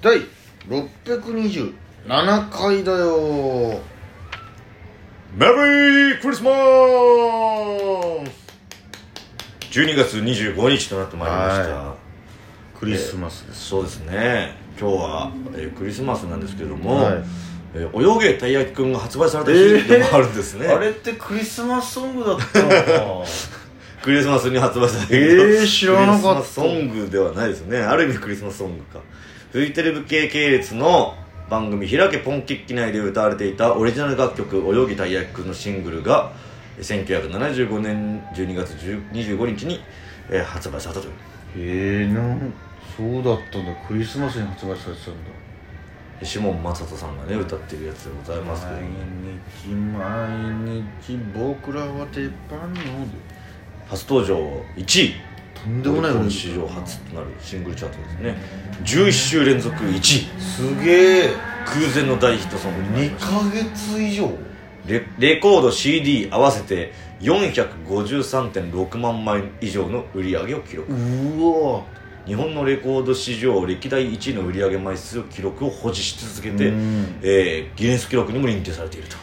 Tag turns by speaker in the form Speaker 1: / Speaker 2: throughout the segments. Speaker 1: 第627回だよ
Speaker 2: メリークリスマス !12 月25日となってまいりました、
Speaker 1: はクリスマスです、
Speaker 2: そうですね今日は、えークリスマスなんですけれども、
Speaker 1: はい
Speaker 2: えー泳げたい焼きくんが発売された日でもあるんですね、
Speaker 1: あれってクリスマスソングだった のか
Speaker 2: クリスマスに発売された
Speaker 1: えー知らなかった
Speaker 2: クリスマスソングではないですねある意味クリスマスソングかフジテレビ系系列の番組「開けポンキッキ」内で歌われていたオリジナル楽曲「泳ぎたい役」のシングルが1975年12月10 25日に、えー発売されたという
Speaker 1: えー、なんそうだったんだクリスマスに発売されてたんだ
Speaker 2: シモン雅人さんがね歌ってるやつでございますけど、
Speaker 1: 毎
Speaker 2: ね、
Speaker 1: 日毎日僕らは鉄板の
Speaker 2: 初登場1位
Speaker 1: とんでもない
Speaker 2: オリコ
Speaker 1: こ
Speaker 2: ン
Speaker 1: と
Speaker 2: 史上初となるシングルチャートですね11週連続1位
Speaker 1: すげえ
Speaker 2: 空前の大ヒットソングとなりました
Speaker 1: 2ヶ月以上
Speaker 2: レレコード CD 合わせて453.6万枚以上の売り上げを記録
Speaker 1: うわ
Speaker 2: 日本のレコード史上歴代1位の売り上げ枚数を記録を保持し続けて、
Speaker 1: うん
Speaker 2: えーギネス記録にも認定されていると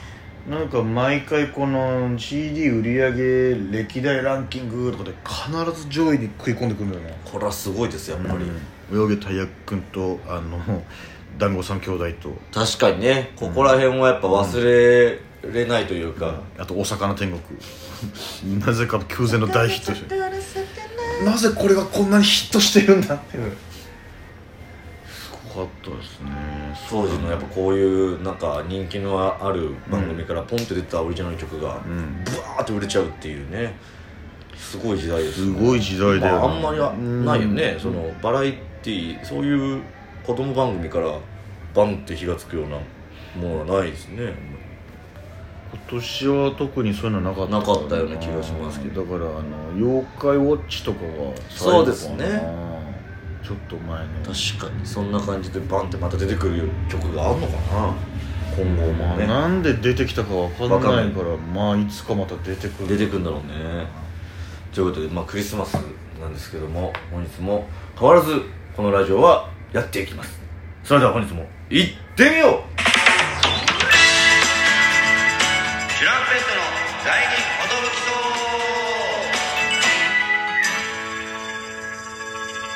Speaker 1: なんか毎回この CD 売り上げ歴代ランキングとかで必ず上位に食い込んでくるんだよね
Speaker 2: これはすごいですやっぱり、
Speaker 1: 泳げたやっくんとあの 団子さん兄弟と
Speaker 2: 確かにねここら辺はやっぱ忘れれないというか、
Speaker 1: あと大阪の天国 なぜか空前の大ヒットしてなぜこれがこんなにヒットしてるんだっていうすごかったですね
Speaker 2: 当時のやっぱこういうなんか人気のある番組からポンと出たオリジナル曲が
Speaker 1: うん
Speaker 2: ブワーッと売れちゃうっていうねすごい時代ですすね
Speaker 1: ごい時代だよ、
Speaker 2: まあ、あんまりはないよね、そのバラエティーそういう子供番組からバンって火がつくようなものはないですね
Speaker 1: 今年は特にそういうのなかった
Speaker 2: なかったような気がしますけど
Speaker 1: だからあの妖怪ウォッチとかが最後かな
Speaker 2: そうですね
Speaker 1: ちょっと前の
Speaker 2: 確かにそんな感じでバンってまた出てくる曲があるのかな今後もね
Speaker 1: なんで出てきたかわかんないから
Speaker 2: わか
Speaker 1: まあいつかまた出てくる
Speaker 2: 出てくるんだろうねということで、まあ、クリスマスなんですけども本日も変わらずこのラジオはやっていきますそれでは本日も行ってみようチュランペットの第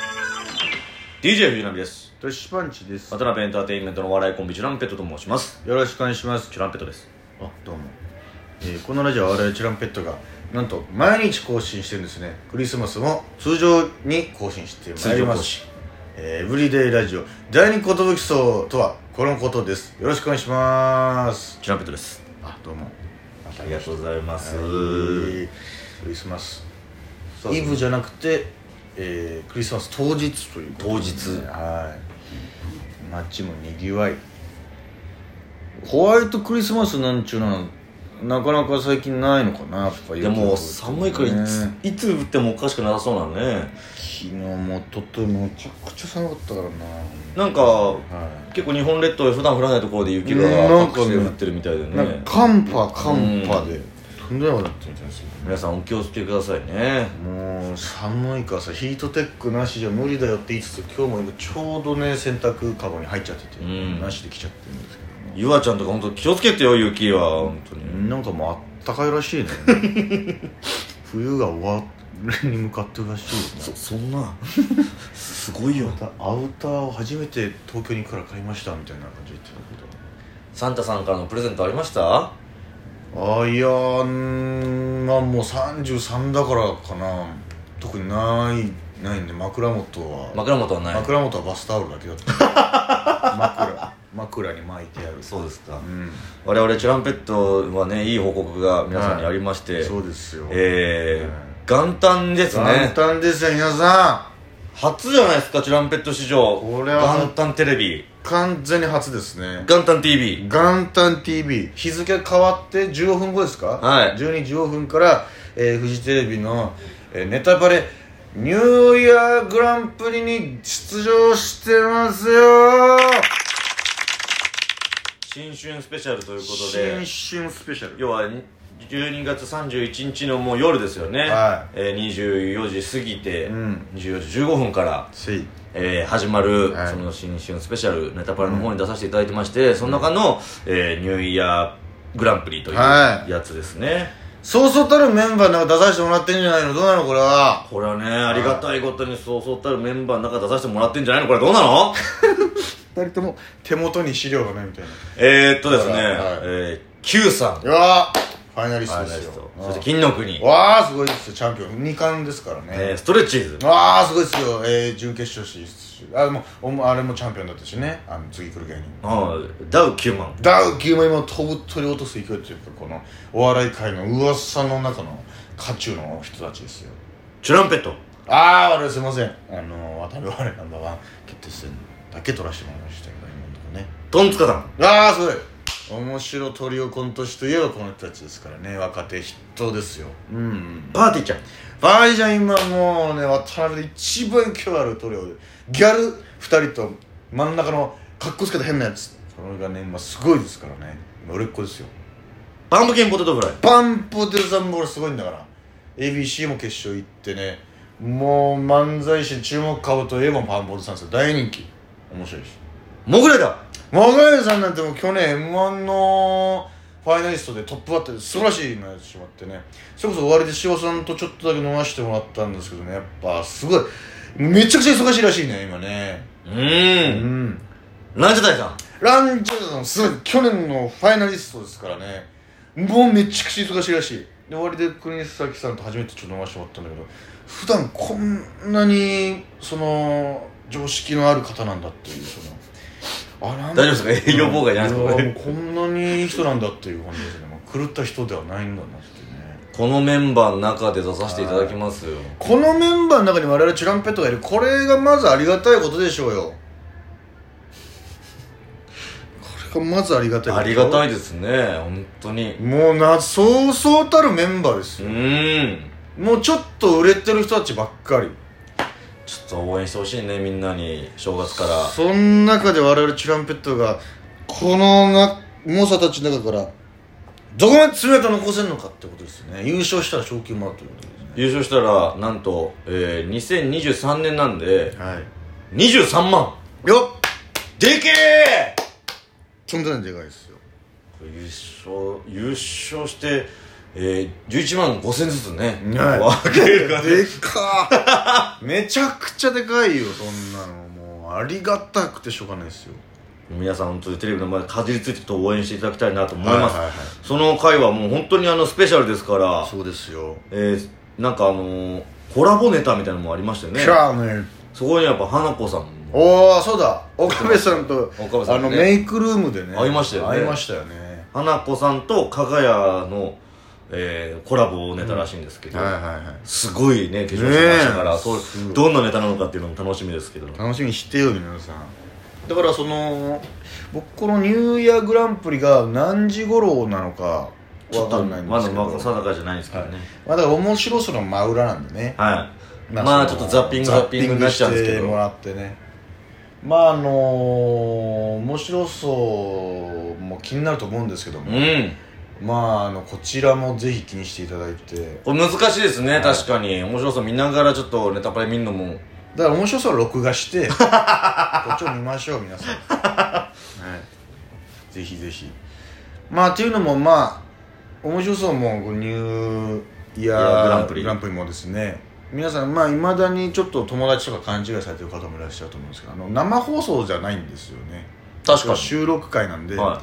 Speaker 2: 二寿 DJ 藤波です
Speaker 1: トシパンチです
Speaker 2: 渡辺エンターテインメントのお笑いコンビチュランペットと申します
Speaker 1: よろしくお願いします
Speaker 2: チュランペットです
Speaker 1: あどうも、えーこのラジオは我々チュランペットがなんと毎日更新してるんですねクリスマスも通常に更新してまいります
Speaker 2: 通常
Speaker 1: えーエブリデイラジオ第二寿荘とはこのことですよろしくお願いします
Speaker 2: チュランペットです
Speaker 1: あどうも
Speaker 2: ありがとうございます、
Speaker 1: クリスマス
Speaker 2: そうです
Speaker 1: イ
Speaker 2: ね
Speaker 1: ブじゃなくて、えークリスマス当日ということですね
Speaker 2: 当
Speaker 1: はい街もにぎわいホワイトクリスマスなんちゅうのはなかなか最近ないのかなやっぱ
Speaker 2: でも寒いからいつ,、
Speaker 1: ね
Speaker 2: いつ降ってもおかしくなさそうなのね
Speaker 1: 昨日もおとといもめちゃくちゃ寒かったからな
Speaker 2: なんか
Speaker 1: は
Speaker 2: 結構日本列島で普段降らないところで雪が
Speaker 1: ねなんか
Speaker 2: 各
Speaker 1: ね
Speaker 2: 地で降ってるみたいで
Speaker 1: いなん
Speaker 2: ね
Speaker 1: か寒波寒波でとんでもなかったみたいですよ
Speaker 2: 皆さんお気をつけくださいね
Speaker 1: もう寒いからさヒートテックなしじゃ無理だよって言いつつ今日も今ちょうどね洗濯カゴに入っちゃってて、
Speaker 2: うん
Speaker 1: なしで来ちゃってるんですけどね
Speaker 2: ゆわちゃんとか本当気をつけてよ雪は本当に
Speaker 1: なんかもうあったかいら しいね冬が終わりに向かってるらしいよね
Speaker 2: そんなすごいよ
Speaker 1: またアウターを初めて東京に行くから買いましたみたいな感じで言ってた
Speaker 2: サンタさんからのプレゼントありました
Speaker 1: けどあーいやーんーまあもう33だからかな特にないないんで枕元は
Speaker 2: 枕元はない、
Speaker 1: 枕元はバスタオルだけだった枕枕に巻いてある
Speaker 2: そうですか、
Speaker 1: うん
Speaker 2: 我々チュランペットはねいい報告が皆さんにありまして、
Speaker 1: そうですよ
Speaker 2: えー元旦ですね
Speaker 1: 簡単ですよ皆さ
Speaker 2: 初じゃないですかチュランペット史上
Speaker 1: これは
Speaker 2: 元旦テレビ
Speaker 1: ん完全に初ですね
Speaker 2: 元旦 TV
Speaker 1: 元旦 TV 日付変わって15分後ですか
Speaker 2: はい
Speaker 1: 12時15分から、えーフジテレビの、えーネタバレニューイヤーグランプリに出場してますよ
Speaker 2: 新春スペシャルということで
Speaker 1: 新春スペシャル
Speaker 2: 要は12月31日のもう夜ですよね、
Speaker 1: は
Speaker 2: えー24時過ぎて、
Speaker 1: うん
Speaker 2: 24時15分から
Speaker 1: せい
Speaker 2: えー始まる、
Speaker 1: はい
Speaker 2: その新春スペシャルネタパラの方に出させていただいてまして、その中の、えーニューイヤーグランプリという
Speaker 1: は
Speaker 2: やつですね、
Speaker 1: そうそうたるメンバーなんか出させてもらってんじゃないのどうなのこれは
Speaker 2: これはねありがたいことにそうそうたるメンバーの中出させてもらってんじゃないのこれどうなの
Speaker 1: 二人とも手元に資料がないみたいな
Speaker 2: えーっとですね、
Speaker 1: はい
Speaker 2: えー、Q さん
Speaker 1: うわファイナリス
Speaker 2: ファ
Speaker 1: ト
Speaker 2: イナ
Speaker 1: で
Speaker 2: リ
Speaker 1: す
Speaker 2: ス
Speaker 1: よ
Speaker 2: ト
Speaker 1: うん
Speaker 2: そして金の国、
Speaker 1: わあすごいですよチャンピオン2冠ですからね
Speaker 2: えーストレッチーズ
Speaker 1: わあすごいですよ、えー、準決勝進出あでもおもあれもチャンピオンだったしねあの次来る芸人
Speaker 2: はいダウ9万
Speaker 1: ダウ9枚も飛ぶ鳥落とす勢いというかこのお笑い界の噂の中の渦中の人たちですよ
Speaker 2: チュランペット
Speaker 1: ああ我々すいませんあの渡辺我ナンバーワン決定戦だけ取らせてもらいましたけど今のとこね
Speaker 2: トンツカさん
Speaker 1: ああすごい面白トリオコント師といえばこの人たちですからね若手筆頭ですようん
Speaker 2: パーティーちゃん
Speaker 1: バージャン今もうね渡辺で一番今日ある塗料でギャル2人と真ん中のかっこつけた変なやつそれがね今すごいですからね今売れっ子ですよ
Speaker 2: パンプキンポテトフライ
Speaker 1: パンポテさんもこれすごいんだから ABC も決勝行ってねもう漫才師注目株といえばパンポテさんですよ大人気面白いし
Speaker 2: モグライダー
Speaker 1: モグライダーさんなんてもう去年 m 1のファイナリストでトップバッターで素晴らしいのやってしまってねそれこそ終わりで塩さんとちょっとだけ飲ませてもらったんですけどねやっぱすごいめちゃくちゃ忙しいらしいね今ね
Speaker 2: う
Speaker 1: う
Speaker 2: ーん
Speaker 1: ん
Speaker 2: ランジャタイさん
Speaker 1: ランジャタイさんすごい去年のファイナリストですからねもうめちゃくちゃ忙しいらしいで終わりで国崎さんと初めてちょっと飲ませてもらったんだけど普段こんなにその常識のある方なんだっていうそのあなんだ
Speaker 2: 大丈夫ですか営業妨害じゃないですか
Speaker 1: や
Speaker 2: これ
Speaker 1: もうこんなにいい人なんだっていう感じですねもう狂った人ではないんだなっていうね
Speaker 2: このメンバーの中で出させていただきますよ
Speaker 1: このメンバーの中に我々チュランペットがいるこれがまずありがたいことでしょうよこれがまずありがたいこと
Speaker 2: ありがたいですね本当に
Speaker 1: もうなそうそうたるメンバーです
Speaker 2: う
Speaker 1: よ、
Speaker 2: ーん
Speaker 1: もうちょっと売れてる人たちばっかり
Speaker 2: ちょっと応援してほしいねみんなに正月から
Speaker 1: そん中で我々チュランペットがこのな猛者たちの中からどこまで爪痕残せるのかってことですよね優勝したら賞金もらうということですね
Speaker 2: 優勝したらなんと、えー、2023年なんで
Speaker 1: はい
Speaker 2: 23万
Speaker 1: よっ
Speaker 2: でけえ
Speaker 1: とんでもないでかいですよ
Speaker 2: 優勝優勝して、えー、11万5000ずつね
Speaker 1: はい
Speaker 2: 分けるから
Speaker 1: でっかーめちゃくちゃでかいよそんなのもうありがたくてしょうがないですよ
Speaker 2: 皆さん本当にテレビの前でかじりついてちょっと応援していただきたいなと思います、
Speaker 1: はいはいはい
Speaker 2: その回はもう本当にあのスペシャルですから、
Speaker 1: そうですよ
Speaker 2: えー、なんかあのーコラボネタみたいなのもありましたよね
Speaker 1: キャーね
Speaker 2: そこにやっぱ花子さんも
Speaker 1: おおそうだ岡部さんと
Speaker 2: 岡部さん
Speaker 1: あ
Speaker 2: ね
Speaker 1: のメイクルームでね
Speaker 2: 会いましたよね
Speaker 1: 会いましたよね
Speaker 2: 花子さんと加賀屋の、えーコラボネタらしいんですけど、
Speaker 1: はいはいはい
Speaker 2: すごいね化粧してましたから、
Speaker 1: ねえ
Speaker 2: それ
Speaker 1: すごい
Speaker 2: どんなネタなのかっていうのも楽しみですけど
Speaker 1: 楽しみにしてよ皆さんだからその僕このニューイヤーグランプリが何時頃なのかわかんないんですけど
Speaker 2: まだまだ定かじゃないんですけどね
Speaker 1: まだ面白そうな真裏なんでね
Speaker 2: はい、まあち
Speaker 1: そ
Speaker 2: ょっ
Speaker 1: の
Speaker 2: とザッピングザッピングになっちゃうんですけ
Speaker 1: ザッピングしても
Speaker 2: ど
Speaker 1: らってねまああのー、面白そうも気になると思うんですけど
Speaker 2: う
Speaker 1: も、
Speaker 2: ん
Speaker 1: まああのこちらもぜひ気にしていただいて
Speaker 2: これ難しいですね、
Speaker 1: い
Speaker 2: 確かに面白そう見ながらちょっとネタパレ見るのも
Speaker 1: だから面白そうは録画して こっちを見ましょう皆さん、はい、ぜひぜひまあっていうのもまあ面白そうもこうニューイヤ
Speaker 2: いや
Speaker 1: ー
Speaker 2: ーグランプリ
Speaker 1: グランプリもですね皆さんまあいまだにちょっと友達とか勘違いされてる方もいらっしゃると思うんですけどあの生放送じゃないんですよね
Speaker 2: 確か
Speaker 1: 収録会なんで、
Speaker 2: に、は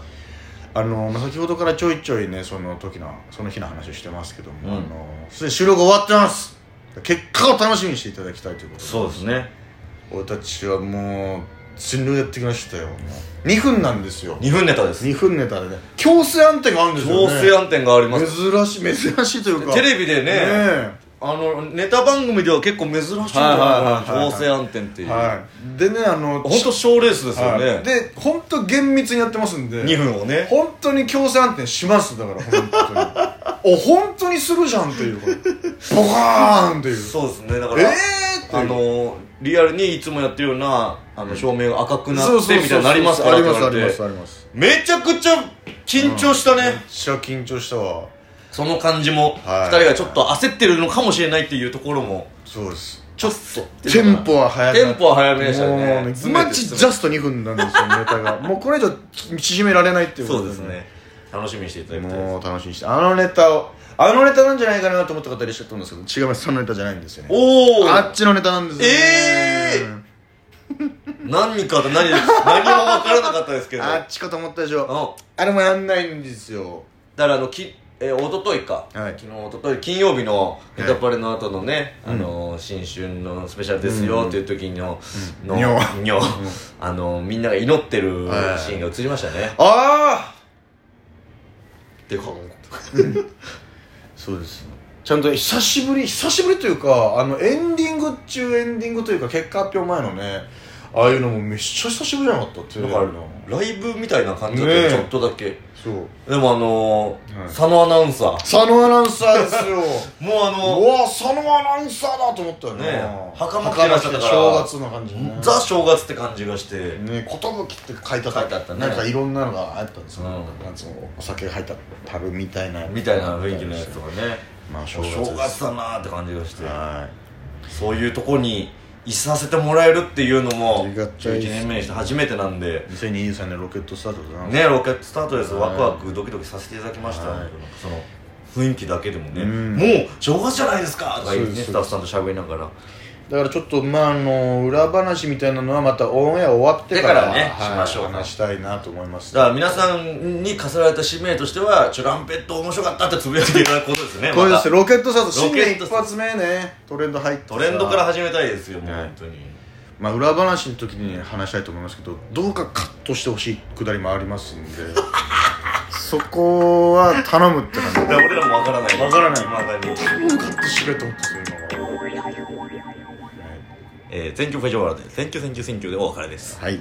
Speaker 1: あのまあ先ほどからちょいちょいねその時のその日の話をしてますけども、
Speaker 2: うん
Speaker 1: あのすでに収録終わってます結果を楽しみにしていただきたいということ
Speaker 2: い、
Speaker 1: で
Speaker 2: そうですね
Speaker 1: 俺たちはもう全力でやってきましたよもう2分なんですよ
Speaker 2: 2分ネタです
Speaker 1: 2分ネタでね強制安定があるんですよ
Speaker 2: 強制
Speaker 1: ね
Speaker 2: 暗転があります
Speaker 1: 珍しい珍しいというか
Speaker 2: テレビでね
Speaker 1: ね
Speaker 2: あのネタ番組では結構珍しいんじゃな
Speaker 1: は
Speaker 2: いか
Speaker 1: いはいはいは
Speaker 2: ない強制暗転っていう、
Speaker 1: はいでねあの
Speaker 2: 本当賞レースですよ
Speaker 1: はい
Speaker 2: ね、
Speaker 1: で本当厳密にやってますんで
Speaker 2: 二2分をね
Speaker 1: 本当に強制安定しますだから本当に お本当にするじゃんっていうボカーンっていう
Speaker 2: そうですねだか
Speaker 1: え
Speaker 2: ら、
Speaker 1: ーっていう
Speaker 2: あのリアルにいつもやってるようなあの照明が赤くな
Speaker 1: そう
Speaker 2: っ
Speaker 1: そうそ
Speaker 2: て
Speaker 1: う
Speaker 2: みたいになりますから
Speaker 1: あ
Speaker 2: っ
Speaker 1: り
Speaker 2: て
Speaker 1: ます
Speaker 2: 言わ
Speaker 1: ありま
Speaker 2: れ
Speaker 1: す
Speaker 2: て
Speaker 1: あります
Speaker 2: めちゃくちゃ緊張したね、
Speaker 1: めっちゃ緊張したわ
Speaker 2: その感じも、
Speaker 1: はい
Speaker 2: 2人がちょっと焦ってるのかもしれないっていうところも
Speaker 1: そうですちょっとテ
Speaker 2: テンポ
Speaker 1: ンポは早
Speaker 2: テンポ
Speaker 1: は
Speaker 2: は早めでしたね
Speaker 1: もう
Speaker 2: 詰めて
Speaker 1: マジジャスト2分なんですよネタが もうこれ以上縮められないっていうこ
Speaker 2: そ
Speaker 1: と
Speaker 2: うですね楽しみにしていただきたいです
Speaker 1: もう楽しみにしてあのネタをあのネタなんじゃないかなと思った方いらっしゃったんですけど違いますそのネタじゃないんですよね
Speaker 2: おお
Speaker 1: あっちのネタなんですよね
Speaker 2: えー何かと何です何も分からなかったですけど
Speaker 1: あっちかと思ったでしょ
Speaker 2: うん
Speaker 1: あれもやんないんですよ
Speaker 2: だからあのき、えー、一昨日か、
Speaker 1: はい
Speaker 2: 昨日一昨日金曜日のネタパレの後のね、あのー新春のスペシャルですよっていう時の、
Speaker 1: うん
Speaker 2: の
Speaker 1: 尿
Speaker 2: 尿あのーみんなが祈ってる
Speaker 1: はい
Speaker 2: シーンが映りましたね、
Speaker 1: ああ
Speaker 2: でか
Speaker 1: そうですちゃんと久しぶり久しぶりというかあのエンディング中エンディングというか結果発表前のねああいうのもめっちゃ久しぶりじゃなかったって
Speaker 2: だからライブみたいな感じだったよ
Speaker 1: ねえ
Speaker 2: ちょっとだけ
Speaker 1: そう
Speaker 2: でもあのー
Speaker 1: はい
Speaker 2: 佐野アナウンサー
Speaker 1: 佐野アナウンサーです よ
Speaker 2: もうあ
Speaker 1: う
Speaker 2: の
Speaker 1: わ佐野アナウンサーだと思ったよね
Speaker 2: ねえ袴着て
Speaker 1: て
Speaker 2: らっしゃったから
Speaker 1: 正月の感じね
Speaker 2: ザ正月って感じがして、
Speaker 1: ね寿って書いてあった
Speaker 2: 書いてあったね
Speaker 1: なんかいろんなのがあったんですよ、ね
Speaker 2: うん
Speaker 1: なんつうのお酒が入ったたるみたいな
Speaker 2: みたいな雰囲気のやつとかね
Speaker 1: まあ正
Speaker 2: 正
Speaker 1: 月
Speaker 2: 月
Speaker 1: です
Speaker 2: だなーって感じがして
Speaker 1: は
Speaker 2: そういうとこにいさせてもらえるっていうのも
Speaker 1: ありがたい
Speaker 2: 11
Speaker 1: です
Speaker 2: 年目にして初めてなんで
Speaker 1: い2023年ロケットスタートでございます
Speaker 2: ねロケットスタートです
Speaker 1: はい
Speaker 2: ワクワクドキドキさせていただきました、
Speaker 1: はい
Speaker 2: なんかその雰囲気だけでもね、
Speaker 1: うん
Speaker 2: もう正月じゃないですかとか言
Speaker 1: そう
Speaker 2: って
Speaker 1: で
Speaker 2: ね
Speaker 1: す
Speaker 2: スタッフさんと喋りながら
Speaker 1: だからちょっとまああの裏話みたいなのはまたオンエア終わってから
Speaker 2: だからね
Speaker 1: はい
Speaker 2: しましょう
Speaker 1: 話したいなと思います
Speaker 2: だから皆さんに課せられた使命としてはチュランペット面白かったってつぶやいていただくことですね
Speaker 1: これです
Speaker 2: ま
Speaker 1: ロケットスタート
Speaker 2: ロ
Speaker 1: 新
Speaker 2: ケ
Speaker 1: 年
Speaker 2: ット
Speaker 1: 一
Speaker 2: スタート
Speaker 1: 発目ねトレンド入って
Speaker 2: たトレンドから
Speaker 1: さ
Speaker 2: 始めたいですよもう
Speaker 1: はい
Speaker 2: 本当に、
Speaker 1: まあ裏話の時に話したいと思いますけどどうかカットしてほしいくだりもあります んでそこは頼むって感
Speaker 2: だから俺らもわからない
Speaker 1: わからない
Speaker 2: まだに
Speaker 1: じもうカットしてくれと思ってそういうのは
Speaker 2: えー「Thank you for your で「Thank you thank you thank you」でお別れです
Speaker 1: はい